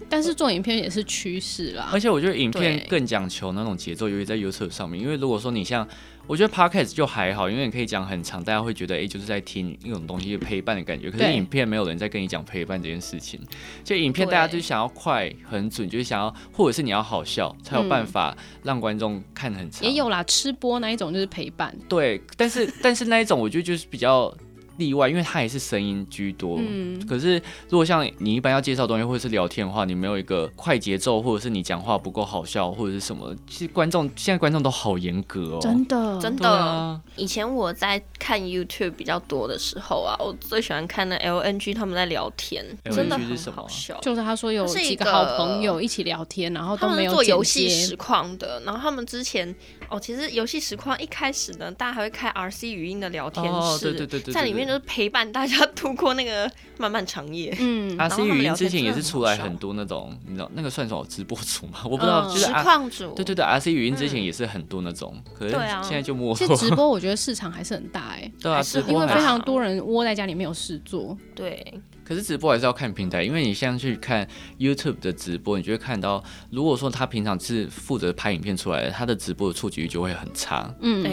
S1: 但是做影片也是趋势啦
S3: 而。且我觉得影片
S1: 对
S3: 更讲求那种节奏，尤其在 YouTube 上面，因为如果说你像，我觉得 Podcast 就还好，因为你可以讲很长，大家会觉得哎、就是在听一种东西陪伴的感觉。可是
S1: 对
S3: 影片没有人在跟你讲陪伴这件事情，所以影片
S2: 对
S3: 大家就想要快很准，就是想要或者是你要好笑才有办法让观众看很长。
S1: 嗯也有啦，吃播那一种就是陪伴，
S3: 对，但是但是那一种我觉得就是比较例外，因为它也是声音居多。
S1: 嗯，
S3: 可是，如果像你一般要介绍东西或者是聊天的话，你没有一个快节奏，或者是你讲话不够好笑，或者是什么，其实观众现在观众都好严格哦。
S1: 真的，
S2: 真
S3: 对啊，
S2: 以前我在看 YouTube 比较多的时候啊，我最喜欢看那 LNG 他们在聊天，
S3: LNG
S2: 真的
S3: 是
S2: 很
S3: 什么啊
S2: 好笑。
S1: 就是他说有
S2: 它是一
S1: 几
S2: 个
S1: 个好朋友一起聊天，然后
S2: 他
S1: 都
S2: 们
S1: 没
S2: 是
S1: 有
S2: 做
S1: 剪
S2: 游
S1: 接
S2: 戏实况的，然后他们之前哦，其实游戏实况一开始呢，大家还会开 RC 语音的聊天室，
S3: 哦对对对对对
S2: 在里面就是陪伴大家 度过那个漫漫长夜。
S1: 嗯，
S3: 阿
S2: 然后他
S3: C
S2: 们
S3: 语音
S2: 聊天
S3: 之前也
S2: 真的
S3: 是
S2: 很
S3: 出来
S2: 好
S3: 很多那种，你知道那个算什么直播主吗？我不知道，
S1: 嗯
S3: 就是
S2: 实
S3: 啊，
S2: 况组，
S3: 对对对，R C 语音之前也是很多那种，可是
S2: 对啊
S3: 现在就没
S1: 其实
S3: 落。
S1: 直播我觉得市场还是很大 哎、
S3: 对啊，
S2: 还是
S3: 直
S1: 因
S3: 播
S1: 为
S3: 还
S1: 非
S3: 是
S1: 常多人窝在家里没有事做，
S2: 对
S3: 可是直播还是要看平台，因为你像去看 YouTube 的直播，你就会看到，如果说他平常是负责拍影片出来的，他的直播的触及率就会很差。
S1: 嗯，
S2: 哎、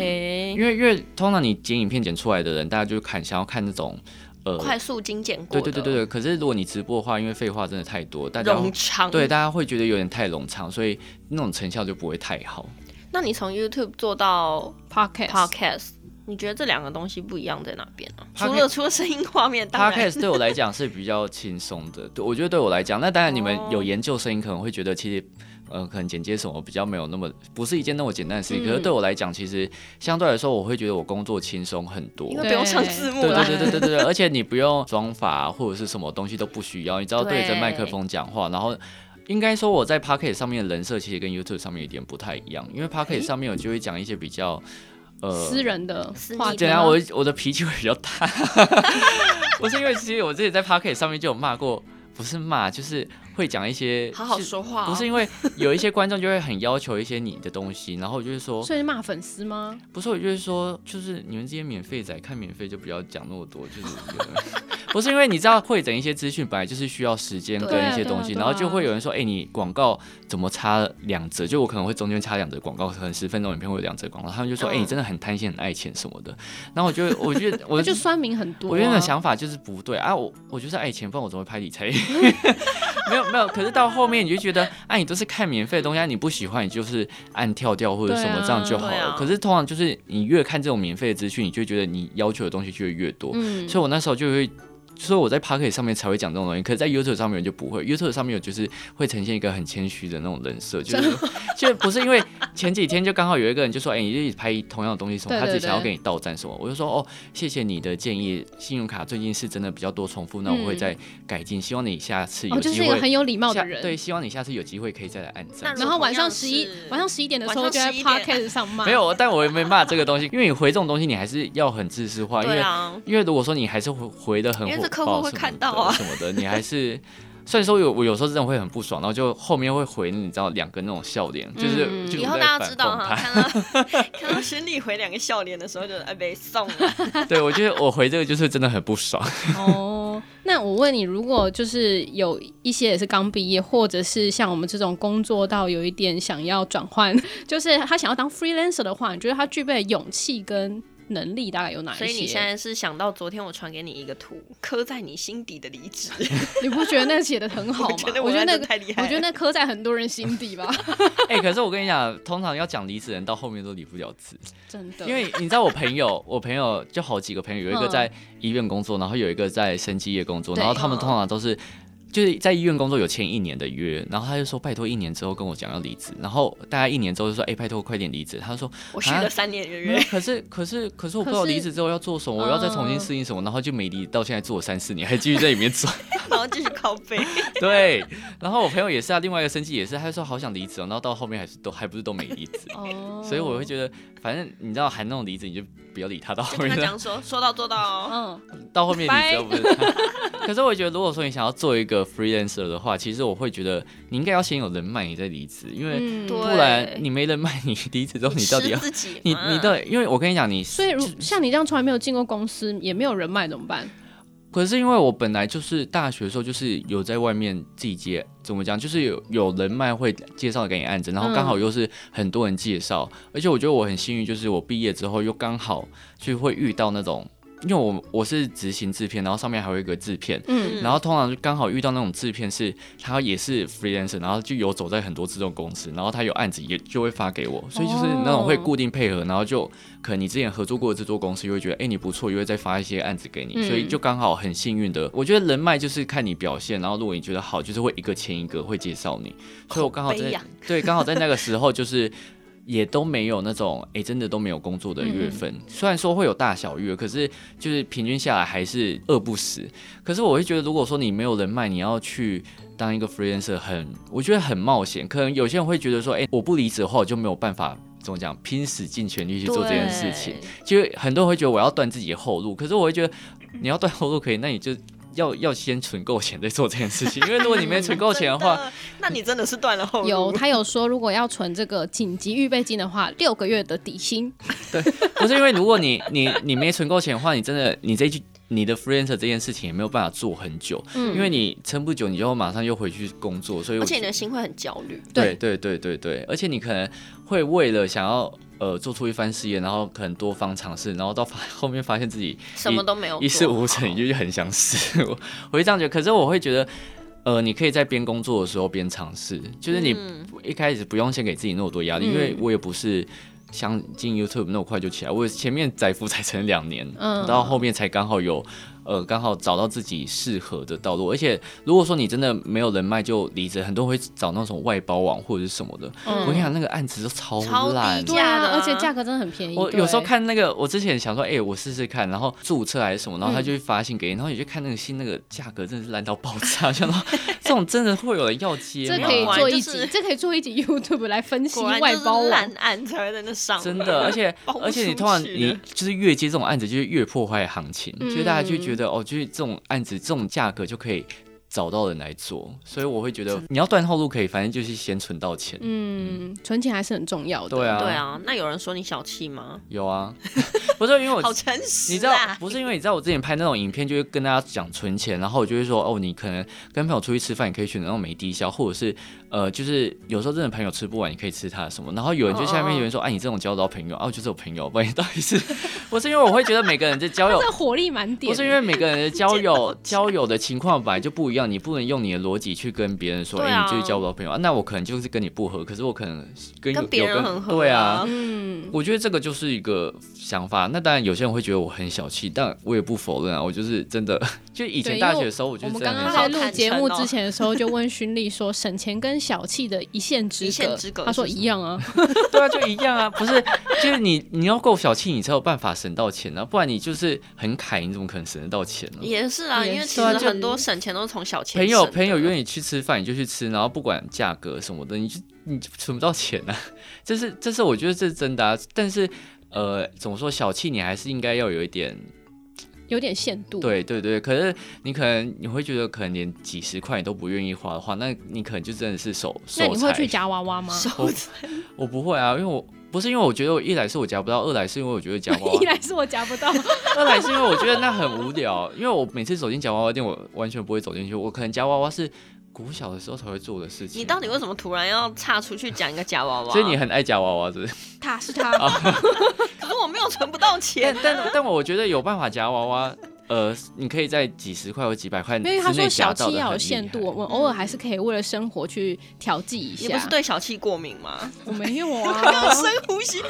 S3: 因为因为通常你剪影片剪出来的人，大家就看想要看那种呃，
S2: 快速精简过的，
S3: 对对对对对。可是如果你直播的话，因为废话真的太多，大家
S2: 冗长。
S3: 对大家会觉得有点太冗长，所以那种成效就不会太好。
S2: 那你从 YouTube 做到
S1: podcast，,
S2: Podcast，你觉得这两个东西不一样在哪边呢、除
S3: Podcast-
S2: 了除了声音画面，当然
S3: Podcast 对我来讲是比较轻松 的，对我觉得对我来讲，那当然你们
S2: 哦
S3: 有研究声音可能会觉得其实。呃，可能剪接什么比较没有那么不是一件那么简单的事情，
S2: 嗯
S3: 可是对我来讲，其实相对来说，我会觉得我工作轻松很多。
S2: 因为
S3: 对
S2: 不用上字幕啊
S3: 对
S2: 啦。
S3: 对对对对对，而且你不用装法啊或者是什么东西都不需要，你只要对着
S2: 对
S3: 麦克风讲话，然后。应该说我在 p o c k e t 上面的人设其实跟 YouTube 上面有点不太一样，因为 p o c k e t 上面我就会讲一些比较呃
S1: 私人的
S2: 私
S1: 话
S2: 密
S1: 题
S3: 对
S2: 的
S3: 啊，
S1: 吗
S3: 我我的脾气会比较大， 不是因为其实我之前在 p o c k e t 上面就有骂过，不是骂，就是会讲一些
S2: 好好
S3: 是
S2: 说话、哦，
S3: 不是因为有一些观众就会很要求一些你的东西，然后我就是说，
S1: 所以骂粉丝吗？
S3: 不是我就是说，就是你们这些免费仔看免费就不要讲那么多，就是有的不是因为你知道会整一些资讯本来就是需要时间
S2: 对
S3: 跟
S2: 啊
S3: 一些
S1: 对啊
S3: 东西，
S1: 对啊
S3: 然后就会有人说，哎、你广告怎么插两折？就我可能会中间插两折广告，可能十分钟影片会有两折广告，他们就说，哎、
S2: 嗯
S3: 你真的很贪心、很爱钱什么的。然后我就我觉得我
S1: 他就酸民很多、啊。
S3: 我原本想法就是不对啊，我我就是爱钱，不然我怎么会拍理财？ 没有没有，可是到后面你就觉得，啊，你都是看免费的东西，啊、你不喜欢你就是按跳掉或者什么、
S1: 对啊
S3: 这样就好
S2: 对
S3: 了。
S2: 啊
S3: 可是通常就是你越看这种免费的资讯，你就会觉得你要求的东西就会越多，
S1: 嗯，
S3: 所以我那时候就会。所以我在 p o c k e t 上面才会讲这种东西，可是在 YouTube 上面就不会。YouTube 上面我就是会呈现一个很谦虚的那种人设，就是 就不是因为前几天就刚好有一个人就说，哎、你就一直拍同样的东西什么，
S1: 对
S3: 他
S1: 对
S3: 只想要
S1: 对
S3: 跟你到站什么，我就说哦，谢谢你的建议，信用卡最近是真的比较多重复，那我会
S1: 嗯
S3: 再改进，希望你下次有
S1: 哦，就
S3: 机
S1: 是一
S3: 会。
S1: 个很有礼貌的
S3: 下
S1: 人。
S3: 对，希望你下次有机会可以再来按赞。
S2: 那
S1: 然后晚上十一
S2: 同样是
S1: 晚上十一点的时候
S2: 晚
S1: 就
S2: 上
S1: 在
S2: 11
S1: podcast 上骂，
S3: 没有，但我也没骂这个东西，因为你回这种东西，你还是要很自私化，因
S2: 对
S3: 为
S2: 啊，
S3: 因为如果说你还是回回的很火爆
S2: 因为这
S3: 什么
S2: 客户会看到啊
S3: 的什么的，你还是。虽然说有我有时候真的会很不爽，然后就后面会回你知道两个那种笑脸，就是、
S1: 嗯
S3: 就是
S2: 以
S3: 我
S2: 后
S3: 在
S2: 大家
S3: 反
S2: 知道啊 哈，
S3: 讽他。
S2: 看到 看到勋丽回两个笑脸的时候，就哎被送了。
S3: 对我觉得我回这个就是真的很 不爽。
S1: 哦，那我问你，如果就是有一些也是刚毕业，或者是像我们这种工作到有一点想要转换，就是他想要当 freelancer 的话，你觉得他具备的勇气跟能力大概有哪一些？
S2: 所以你现在是想到昨天我传给你一个图，刻在你心底的离 职，
S1: 你不觉得那写的很好吗
S2: 我觉？得
S1: 我
S2: 我
S1: 觉得
S2: 还
S1: 那
S2: 真
S1: 个
S2: 太厉
S1: 我
S2: 害了
S1: 觉得那刻在很多人心底 吧，
S3: 哎、可是我跟你讲，通常要讲离职的人到后面都离不了职，
S1: 真的。
S3: 因为你知道我朋友， 我朋友就好几个朋友，有一个
S1: 嗯
S3: 在医院工作，然后有一个在生技业工作，
S1: 对
S3: 然后
S2: 嗯
S3: 他们通常都是。就是在医院工作有签一年的约，然后他就说拜托一年之后跟我讲要离职，然后大概一年之后就说哎、拜托快点离职，他说
S2: 我续了三年月
S3: 没有
S2: 月，
S3: 可是可是可是我不知道
S1: 可是嗯
S3: 离职之后要做什么，我要再重新适应什么，然后就没离，到现在做了三四年，还继续在里面 做。
S2: 然后继续靠 背。
S3: 对，然后我朋友也是啊，另外一个生气也是，他就说好想离职哦，然后到后面还是都还不是都没离职，
S1: 哦，
S3: 所以我会觉得，反正你知道韩那种离职，你就不要理他，到
S2: 就
S3: 后
S2: 跟
S3: 面
S2: 他
S3: 的
S2: 讲说，说到做到哦。
S1: 嗯，
S3: 到后面离职又不是他。可是我 觉得，如果说你想要做一个 freelancer 的话，其实我会觉得你应该要先有人脉，你再离职，因为
S1: 嗯，
S2: 对
S3: 不然你没人脉，你离职之后 你到 底要
S2: 吃自己嘛？嗯
S3: 你你到底，因为我跟你讲，你
S1: 所以如像你这样从来没有进过公司，也没有人脉，怎么办？
S3: 可是因为我本来就是大学的时候，就是有在外面自己接，怎么讲，就是有有人脉会介绍给你案子，然后刚好又是很多人介绍，而且我觉得我很幸运，就是我毕业之后又刚好就会遇到那种，因为我我是执行制片，然后上面还有一个制片。
S1: 嗯，
S3: 然后通常就刚好遇到那种制片是，他也是 freelancer，然后就有走在很多制作公司，然后他有案子也就会发给我，所以就是那种会固定配合，然后就可能你之前合作过的制作公司就会觉得，哎，你不错，也会再发一些案子给你，
S1: 嗯
S3: 所以就刚好很幸运的，我觉得人脉就是看你表现，然后如果你觉得好，就是会一个签一个会介绍你，所以我刚好
S2: 好悲
S3: 在
S2: 呀
S3: 对刚好在那个时候就是。也都没有那种哎、诶真的都没有工作的月份。虽然说会有大小月，可是就是平均下来还是饿不死。可是我会觉得，如果说你没有人脉，你要去当一个 freelancer，很我觉得很冒险。可能有些人会觉得说，哎、我不离职的话，我就没有办法怎么讲，拼死尽全力去做这件事情。就是很多人会觉得我要断自己的后路，可是我会觉得你要断后路可以，那你就要要先存够钱再做这件事情。因为如果你没存够钱的话，
S2: 真的，那你真的是断了后路。
S1: 有，他有说，如果要存这个紧急预备金的话，六个月的底薪。
S3: 不是因为如果你你你没存够钱的话，你真的你这句你的 freelancer 这件事情也没有办法做很久，
S1: 嗯
S3: 因为你撑不久，你就马上又回去工作，所以我
S2: 而且你的心会很焦虑。
S3: 对对对对对，而且你可能会为了想要呃做出一番事业，然后可能多方尝试，然后到发 后面发现自己
S2: 什么都没有做哦
S3: 一事无成，你就很想死。 我我会这样觉得，可是我会觉得。呃，你可以在边工作的时候边尝试，就是你
S2: 嗯
S3: 一开始不用先给自己那么多压力，因为我也不是想进 YouTube 那么快就起来，我前面载浮载沉两年，
S1: 嗯
S3: 到后面才刚好有，呃，刚好找到自己适合的道路。而且如果说你真的没有人脉就离职，很多人会找那种外包网或者是什么的。我跟你讲，那个案子都超
S2: 嗯超低
S3: 烂。
S1: 对啊，
S2: 价的啊
S1: 而且价格真的很便宜。
S3: 我
S1: 对
S3: 有时候，看那个，我之前想说，哎、我试试看，然后注册还是什么，
S1: 嗯
S3: 然后他就会发信给你，然后你就看那个信，那个价格真的是烂到爆炸， 想到这种真的会有人要接
S1: 这
S3: 吗？
S1: 可以做一
S2: 就是
S1: 集，这可以做一集 YouTube 来分析
S2: 果然
S1: 外
S2: 就是
S1: 包啊网
S2: 烂。案才会在那上。
S3: 真的，而且
S2: 包不
S3: 而且你
S2: 出
S3: 通常
S2: 去
S3: 你
S2: 的
S3: 就是越接
S1: 嗯
S3: 这种案子，就是越破坏行情，所以大家就觉得哦，就是这种案子这种价格就可以。找到人来做，所以我会觉得你要断后路可以，反正就是先存到钱。
S1: 嗯，存钱还是很重要的。
S3: 对啊
S2: 对啊，那有人说你小气吗？
S3: 有啊， 不是因为我
S2: 好诚实、啊，
S3: 你知道不是因为你知道我之前拍那种影片，就会跟大家讲存钱，然后我就会说哦，你可能跟朋友出去吃饭，你可以选择那种没低消，或者是呃，就是有时候真的朋友吃不完，你可以吃他的什么。然后有人就下
S2: 哦
S3: 面有人说，哎、啊，你这种交得到朋友，啊，我就是我朋友，不然你到底是不是因为我会觉得每个人 的交友
S1: 这火力满点。
S3: 不是因为每个人的交友交友的情况本来就不一样，你不能用你的逻辑去跟别人说，哎、
S2: 对啊
S3: 你就是交不到朋友、啊，那我可能就是跟你不合，可是我可能跟
S2: 跟
S3: 有
S2: 别人
S3: 有
S2: 很合、
S3: 对啊，
S1: 嗯，
S3: 我觉得这个就是一个想法。那当然，有些人会觉得我很小气，但我也不否认啊，我就是真的，就以前
S1: 对
S3: 大
S1: 因为
S3: 学的时候，我就
S1: 我
S3: 是
S1: 们
S3: 真
S1: 刚
S3: 的
S1: 刚在
S3: 很小
S1: 录
S2: 好坦
S1: 节
S2: 诚
S1: 目
S2: 哦
S1: 之前的时候，就问勋丽说，省钱跟小气的一线之
S2: 一线
S1: 隔，
S2: 之隔
S1: 他说
S2: 是什
S1: 一样啊。
S3: 对啊，就一样啊，不是，就是你你要够小气，你才有办法省到钱啊，不然你就是很凯，你怎么可能省得到钱呢、
S2: 也是啊，
S1: 也
S2: 因为
S1: 是
S2: 其实
S1: 啊就
S2: 很多省钱都是从小钱
S3: 朋友
S2: 省的
S3: 朋友 约你去吃饭，你就去吃，然后不管价格什么的，你就你就存不到钱啊。这是这是我觉得这是真的、啊，但是呃，怎么说小气，你还是应该要有一点
S1: 有点限度。，
S3: 对对对，可是你可能你会觉得，可能连几十块你都不愿意花的话，那你可能就真的是手手
S1: 那你会
S3: 残
S1: 去夹娃娃吗？
S2: 手
S3: 我不会啊，因为我不是因为我觉得我一来是我夹不到，二来是因为我觉得夹娃娃
S1: 一，来是我夹不到，
S3: 二来是因为我觉得那很无聊，因为我每次走进夹娃娃店，我完全不会走进去，我可能夹娃娃是国小的时候才会做的事情。
S2: 你到底为什么突然要岔出去讲一个假娃娃？
S3: 所以你很爱夹娃娃，是不是？
S1: 他是他，
S2: 可是我没有存不到钱
S3: 但，但但我觉得有办法夹娃娃，呃，你可以在几十块或几百块之
S1: 因为他说
S3: 内
S1: 小
S3: 夹到
S1: 气
S3: 的
S1: 要有
S3: 很厉
S1: 限度，我
S3: 害。
S1: 们偶尔还是可以为了生活去调剂一
S2: 嗯你不是
S1: 下。
S2: 对小气过敏 吗？
S1: 我没 有啊，
S2: 深呼吸，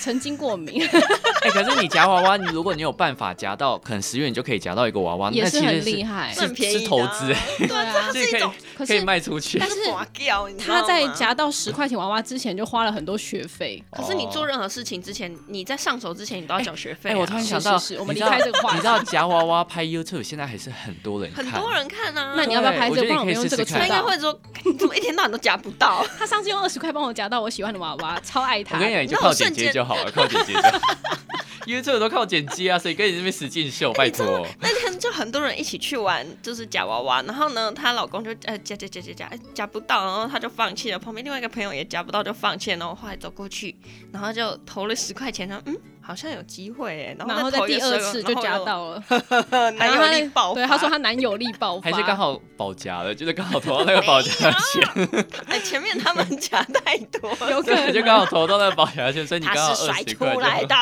S1: 曾经过敏，
S3: 哎、可是你夹娃娃，你如果你有办法夹到，可能十元你就可以夹到一个娃 娃，
S1: 也
S3: 那
S1: 是
S3: 其实
S1: 很
S3: 是
S1: 厉害
S2: 那。很便宜的啊
S3: 是投资、
S2: 对啊，这
S3: 这
S2: 是
S3: 可
S2: 一种
S3: 以
S1: 可
S3: 可以
S1: 是
S3: 卖出去。
S1: 但是
S2: 划掉，你知道吗
S1: 他在。夹到十块钱娃娃之前，就花了很多学费。
S2: 可是你做任何事情之前，你在上手之前，你都要缴学费
S3: 哦哎、
S2: 啊。
S3: 我突然
S1: 是
S3: 想
S1: 是
S3: 到，
S1: 是我们
S3: 你
S1: 离
S3: 知道
S1: 开这个话
S3: 你知道夹娃娃拍 YouTube 现在还是很多人看，
S2: 很多人看啊，
S1: 那你要不要
S3: 对
S1: 拍这
S3: 我
S1: 个？
S3: 觉
S1: 不
S3: 得
S1: 然我
S3: 你可
S1: 们
S3: 以
S1: 用
S3: 试
S1: 这个
S3: 试
S1: 出
S2: 他
S3: 看
S2: 应该
S1: 道。
S2: 会说，你怎么一天到晚都夹不到？
S1: 他上次用二十块帮我夹到我喜欢的娃娃，超爱
S3: 我
S1: 他。
S3: 跟你讲，你就靠剪接就好了， 靠剪接就好。YouTube 都靠剪接啊，谁跟你这边使劲
S2: 哎
S3: 秀？拜托，
S2: 那天就很多人一起去玩，就是夹娃娃，然后呢，她老公就呃夹夹夹夹夹，哎夹不到，然后她就放弃了。旁边另外一个朋友也夹不到，就放弃了。然后后来走过去，然后就投了十块钱，然后嗯，好像有机会哎，然
S1: 然
S2: 后
S1: 后在
S2: 再投一
S1: 第
S2: 个
S1: 二
S2: 12
S1: 次就夹， 到了，
S2: 然后又男友
S1: 然后他
S2: 力爆发。
S1: 对，他说他男友力爆发，
S3: 还是刚好保夹了，就是刚好投到那个保夹的 钱，
S2: 哎前面他们夹太多了，
S1: 有可
S3: 对，
S1: 能
S3: 就刚好投到那个保夹的钱，所以你刚好
S2: 他是
S3: 二
S2: 甩
S3: 十
S2: 出
S3: 块就
S2: 来。的。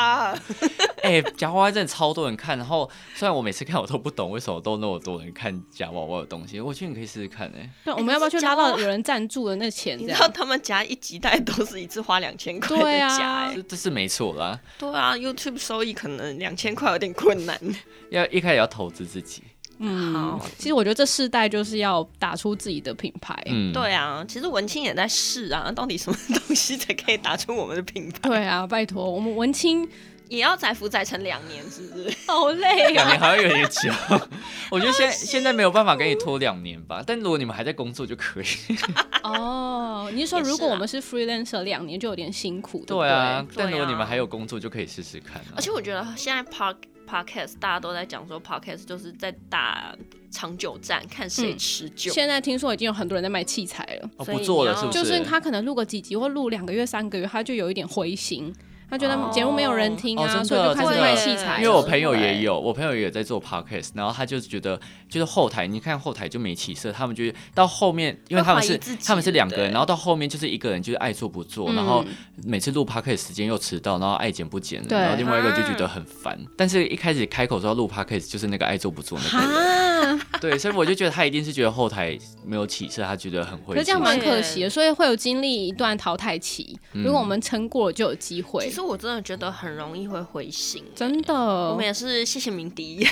S3: 哎、夹娃娃真的超多人看，然后虽然我每次看我都不懂为什么都那么多人看夹娃娃的东西，我觉得你可以试试看哎、
S1: 对，我们要不要去拉到有人赞助的那钱？
S2: 你
S1: 这
S2: 知道
S1: 样
S2: 他们夹一集，大概都是一次花两千块
S1: 对
S2: 的
S1: 啊
S2: 夹哎。
S3: 这这是没错啦，
S2: 对啊，YouTube 收益可能两千块有点困难。
S3: 要一开始要投资自己，
S1: 嗯
S2: 好，
S1: 其实我觉得这世代就是要打出自己的品牌。
S3: 嗯，
S2: 对啊，其实文青也在试啊，到底什么东西才可以打出我们的品牌？
S1: 对啊，拜托，我们文青
S2: 也要载福载成两年，是不是？
S1: 好累
S3: 两
S1: 啊。
S3: 年还会有点久，我觉得现在现在没有办法给你拖两年吧，但如果你们还在工作就可以。
S1: 哦，你是说
S2: 也是啊
S1: 如果我们是 freelancer，两年就有点辛苦，对不
S3: 对啊，但如
S2: 对
S3: 果
S2: 啊
S3: 你们还有工作就可以试试看、啊
S2: 而。且我觉得现在 pod podcast 大家都在讲说 podcast 就是在打长久战，看谁
S1: 嗯
S2: 持久。
S1: 现在听说已经有很多人在卖器材了，
S3: 哦，
S2: 所以
S3: 不做了
S2: 你
S3: 是
S2: 要
S3: 不？
S1: 嗯就是是他可能录个几集或录两个月、三个月，他就有一点灰心，他觉
S3: 哦
S1: 得节目没有人听
S3: 哦真
S1: 啊，
S3: 的
S1: 所以就开始
S2: 真的
S1: 卖器材了。
S3: 因为我朋友也
S1: 啊
S3: 有，我朋友也在做 podcast，然后他就觉得就是后台，你看后台就没起色，他们就是到后面，因为他们
S2: 会怀
S3: 是
S2: 疑自己
S3: 他们是两个人，
S2: 对
S3: 然后到后面就是一个人就是爱做不做，
S1: 嗯
S3: 然后每次录 podcast 时间又迟到，然后爱剪不剪，
S1: 对啊
S3: 然后另外一个就觉得很烦。但是一开始开口说要录 podcast 就是那个爱做不做 那个人，
S1: 啊，
S3: 对，所以我就觉得他一定是觉得后台没有起色，他觉得很灰
S1: 可是这
S3: 心
S1: 样。蛮可
S2: 对
S1: 惜的，所以会有经历一段淘汰期。如果我们撑过了，就有机会
S2: 其。实我真的觉得很容易会灰心。
S1: 真的，
S2: 我
S1: 我
S2: 们
S1: 们
S2: 也是谢谢鸣笛，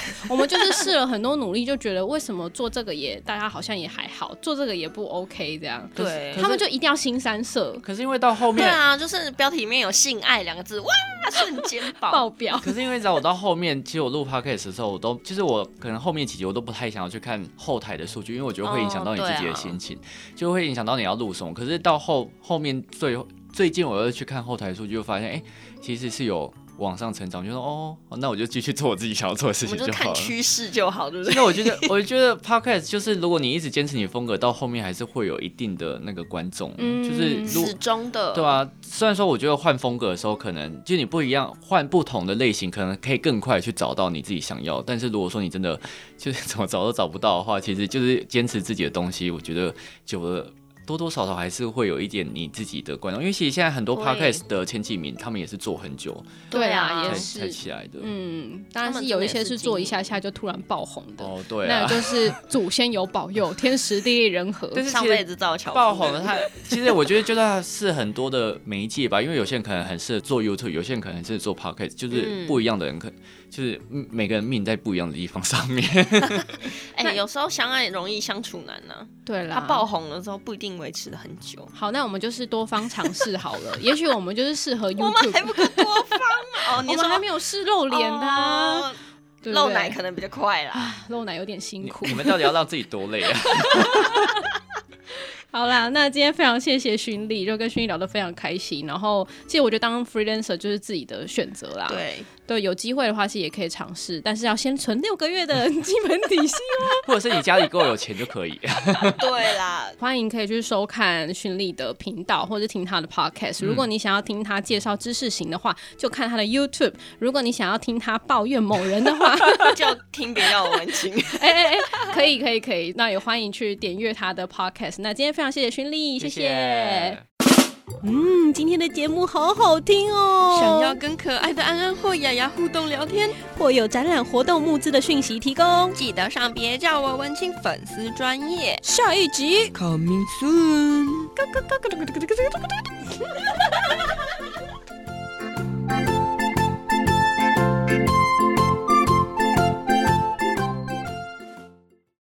S1: 就是试了很多努力，就觉得为什么做这个也大家好像也还好，做这个也不 OK 这样，
S2: 对
S1: 他们就一定要新三色
S3: 可是因为到后
S2: 对
S3: 面，
S2: 啊，就是标题里面有“性爱”两个字，哇，瞬间
S1: 爆
S2: 爆。
S1: 表。
S3: 可是因为在我到后面，其实我录 podcast 的时候，我都就是我可能后面几集我都不太想要去看后台的数据，因为我觉得会影响到你
S2: 哦啊
S3: 自己的心情，就会影响到你要录什么。可是到后后面最最近我又去看后台数据，就发现哎、诶其实是有。往上成长，就说哦，那我就继续做我自己想要做的事
S2: 我
S3: 情
S2: 们就
S3: 好
S2: 看
S3: 了。
S2: 趋势就好，对不
S3: 真
S2: 对？
S3: 的，我觉得，我觉得 podcast 就是，如果你一直坚持你的风格，到后面还是会有一定的那个观众，
S1: 嗯
S3: 就是如
S2: 始终的，
S3: 对啊，虽然说我觉得换风格的时候，可能就你不一样，换不同的类型，可能可以更快去找到你自己想要。但是如果说你真的就是 怎么找都找不到的话，其实就是坚持自己的东西，我觉得久了。多多少少还是会有一点你自己的观众，因为其实现在很多
S2: 对
S3: podcast 的前几名，他们也是做很久
S1: 对啊，
S2: 对啊
S1: 也
S3: 才
S1: 是
S3: 才，起来的。
S1: 嗯，当然
S2: 他
S1: 是
S2: 们
S1: 有一
S2: 真的
S1: 些
S2: 也是
S1: 是做一
S2: 经营
S1: 下下就突然爆红的，
S3: 哦，对
S1: 那
S3: 啊。
S1: 就是祖先有保佑，天时地利人和。
S3: 但是
S2: 上
S3: 其实
S2: 辈子造桥
S3: 爆红的他， 其实我觉得就算是很多的媒介吧，因为有些人可能很适合做 YouTube，有些人可能很适合做 Podcast，就是
S2: 嗯
S3: 不一样的人可，就是嗯每个人命在不一样的地方上面。
S2: 哎、
S1: 那
S2: 有时候相爱容易相处难呐、
S1: 对啦，
S2: 他爆红了之后不一定维持的很久。
S1: 好，那我们就是多方尝试好了。也许我们就是适合
S2: 我们
S1: YouTube，
S2: 还不够多方嘛？哦，
S1: 我
S2: 你
S1: 们
S2: 说
S1: 还没有试露脸的啊、
S2: 哦
S1: 对不
S2: 露
S1: 对
S2: 奶可能比较快啦。
S1: 露奶有点辛
S3: 你
S1: 苦
S3: 你。们到底要让自己多累啊？
S1: 好啦，那今天非常谢谢勋丽，就跟勋丽聊得非常开心。然后，其实我觉得当 freelancer 就是自己的选择啦。
S2: 对，
S1: 对，有机会的话是也可以尝试，但是要先存六个月 的基本底薪。
S3: 或者是你家里够有钱就可以。
S2: 对啦，
S1: 欢迎可以去收看勋丽的频道，或者是听他的 podcast。如果你想要听他介绍知识型的话，就看他的 YouTube；如果你想要听他抱怨某人的 话，
S2: 就听别要文青。
S1: 哎哎哎，可以可以可以，那也欢迎去点阅他的 podcast。那今天非常谢谢勋丽，谢谢。嗯，今天的节目好好听哦。
S2: 想要跟可爱的安安或雅雅互动聊天，
S1: 或有展览活动募资的讯息提供，
S2: 记得上别叫我文青粉丝专业。
S1: 下一集
S2: Coming soon。